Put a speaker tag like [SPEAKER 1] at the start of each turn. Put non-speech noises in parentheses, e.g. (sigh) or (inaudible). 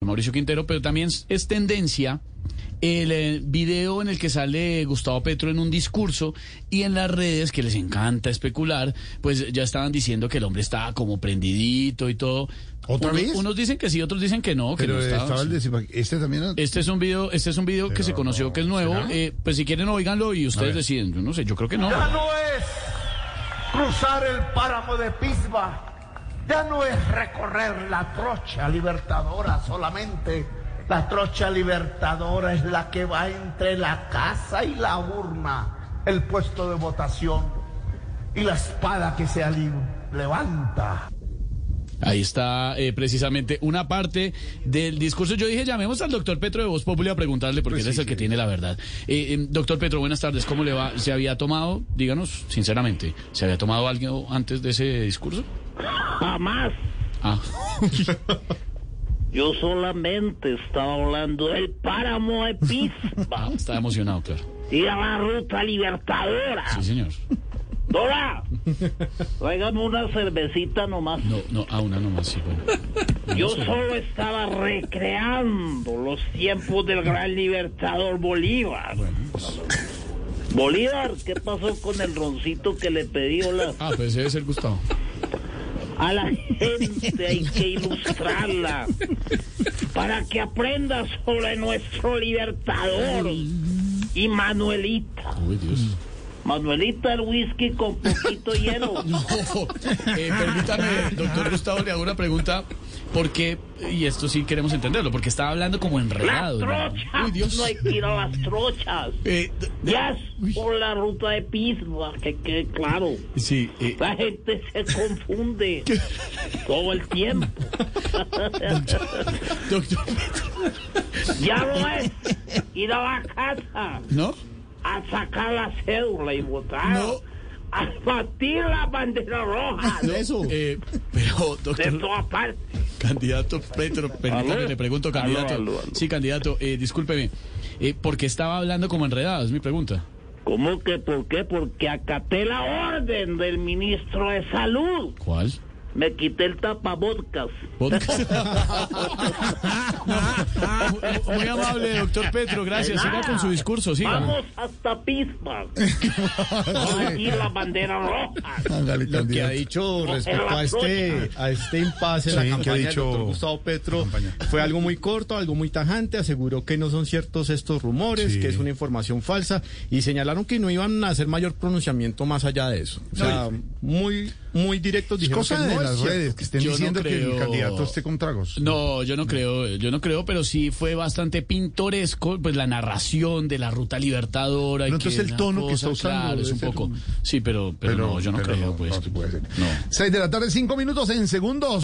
[SPEAKER 1] Mauricio Quintero, pero también es tendencia el, eh, video en el que sale Gustavo Petro en un discurso y en las redes que les encanta especular, pues ya estaban diciendo que el hombre estaba como prendidito y todo.
[SPEAKER 2] ¿Otra
[SPEAKER 1] Unos-
[SPEAKER 2] vez?
[SPEAKER 1] Unos dicen que sí, otros dicen que no, que
[SPEAKER 2] Pero
[SPEAKER 1] no estaba.
[SPEAKER 2] estaba el décimo. Este también. era-
[SPEAKER 1] Este es un video, este es un video que
[SPEAKER 2] Pero
[SPEAKER 1] se conoció
[SPEAKER 2] no,
[SPEAKER 1] que es nuevo.
[SPEAKER 2] ¿será?
[SPEAKER 1] Eh, pues si quieren oíganlo y ustedes
[SPEAKER 2] ver. Ah,
[SPEAKER 1] deciden. Yo no sé, yo creo que no.
[SPEAKER 3] Ya no es cruzar el páramo de Pisba, ya no es recorrer la trocha libertadora solamente. La trocha libertadora es la que va entre la casa y la urna, el puesto de votación y la espada que se ali- levanta.
[SPEAKER 1] Ahí está eh, precisamente una parte del discurso. Yo dije, llamemos al doctor Petro de Voz Populi a preguntarle porque
[SPEAKER 2] Pues
[SPEAKER 1] él es
[SPEAKER 2] sí,
[SPEAKER 1] el que
[SPEAKER 2] sí.
[SPEAKER 1] tiene la verdad. Eh, eh, doctor Petro, buenas tardes. ¿Cómo le va? ¿Se había tomado, díganos sinceramente, ¿se había tomado algo antes de ese discurso?
[SPEAKER 4] Jamás.
[SPEAKER 1] Ah,
[SPEAKER 4] Yo solamente estaba hablando del páramo de Pisba
[SPEAKER 1] (laughs) ah, estaba emocionado, claro.
[SPEAKER 4] y a la ruta libertadora.
[SPEAKER 1] Sí, señor.
[SPEAKER 4] Dora, tráigame una cervecita nomás.
[SPEAKER 1] No, no, a una nomás, sí, bueno.
[SPEAKER 4] Yo solo estaba recreando los tiempos del gran libertador Bolívar.
[SPEAKER 1] pues.
[SPEAKER 4] Bolívar, ¿qué pasó con el roncito que le pedí? Hola.
[SPEAKER 1] Ah, pues debe ser Gustavo.
[SPEAKER 4] A la gente hay que ilustrarla para que aprenda sobre nuestro libertador y Manuelita.
[SPEAKER 1] Uy, Dios.
[SPEAKER 4] Manuelita el whisky
[SPEAKER 1] (laughs)
[SPEAKER 4] con poquito hielo. (laughs)
[SPEAKER 1] Ojo, eh, permítame, doctor Gustavo, le hago una pregunta. Porque, y esto sí queremos entenderlo, porque estaba hablando como
[SPEAKER 4] Las
[SPEAKER 1] enredado. ¿no? Uy,
[SPEAKER 4] trochas.
[SPEAKER 1] Dios.
[SPEAKER 4] No hay que ir a las trochas.
[SPEAKER 1] Eh, d- d-
[SPEAKER 4] Ya es por la ruta de Pisba, que quede claro.
[SPEAKER 1] Sí, eh,
[SPEAKER 4] La gente se confunde todo el tiempo.
[SPEAKER 1] (laughs) doctor,
[SPEAKER 4] ya no es ir a la casa.
[SPEAKER 1] ¿no?
[SPEAKER 4] a sacar la cédula y votar.
[SPEAKER 1] No.
[SPEAKER 4] A partir la bandera roja de,
[SPEAKER 1] Eso. Eh,
[SPEAKER 2] eh,
[SPEAKER 1] pero,
[SPEAKER 4] de
[SPEAKER 1] doctor,
[SPEAKER 4] todas partes.
[SPEAKER 1] candidato Petro, permítame,
[SPEAKER 4] Aló.
[SPEAKER 1] le pregunto, candidato.
[SPEAKER 4] Aló, aló, aló.
[SPEAKER 1] Sí, candidato, eh, discúlpeme. Eh, porque estaba hablando como enredado, es mi pregunta.
[SPEAKER 4] ¿Cómo que por qué? Porque acaté la orden del ministro de Salud.
[SPEAKER 1] ¿Cuál?
[SPEAKER 4] Me quité el tapabocas.
[SPEAKER 1] (laughs) Podcast. No, muy amable, doctor Petro, gracias. Siga con su discurso, siga.
[SPEAKER 4] Vamos hasta Pisma.
[SPEAKER 1] (laughs)
[SPEAKER 4] Aquí la bandera roja.
[SPEAKER 2] Ándale,
[SPEAKER 5] Lo que ha
[SPEAKER 2] candidato.
[SPEAKER 5] dicho respecto a este, a este impasse en
[SPEAKER 2] Sí,
[SPEAKER 5] la
[SPEAKER 2] ¿qué ha
[SPEAKER 5] campaña del
[SPEAKER 2] dicho?
[SPEAKER 5] doctor Gustavo Petro
[SPEAKER 2] Campaña.
[SPEAKER 5] fue algo muy corto, algo muy tajante, aseguró que no son ciertos estos rumores,
[SPEAKER 2] Sí.
[SPEAKER 5] que es una información falsa y señalaron que no iban a hacer mayor pronunciamiento más allá de eso. O sea, muy, muy directos.
[SPEAKER 2] Es
[SPEAKER 5] dijeron
[SPEAKER 2] cosa
[SPEAKER 5] que
[SPEAKER 2] de
[SPEAKER 5] no es
[SPEAKER 2] las
[SPEAKER 5] cierto.
[SPEAKER 2] redes que estén
[SPEAKER 1] Yo no
[SPEAKER 2] diciendo que el
[SPEAKER 1] creo-
[SPEAKER 2] candidato esté con tragos.
[SPEAKER 1] No, yo no creo, yo no creo, pero sí fue bastante pintoresco, pues la narración de la ruta libertadora. y
[SPEAKER 2] Pero entonces
[SPEAKER 1] que
[SPEAKER 2] el tono
[SPEAKER 1] una
[SPEAKER 2] que está usando
[SPEAKER 1] Claro, es
[SPEAKER 2] debe
[SPEAKER 1] un
[SPEAKER 2] ser
[SPEAKER 1] poco.
[SPEAKER 2] un-
[SPEAKER 1] Sí, pero, pero, no, yo no
[SPEAKER 2] pero
[SPEAKER 1] creo,
[SPEAKER 2] no,
[SPEAKER 1] pues.
[SPEAKER 2] no se puede decir.
[SPEAKER 1] No.
[SPEAKER 2] Seis de la tarde, cinco minutos en segundos.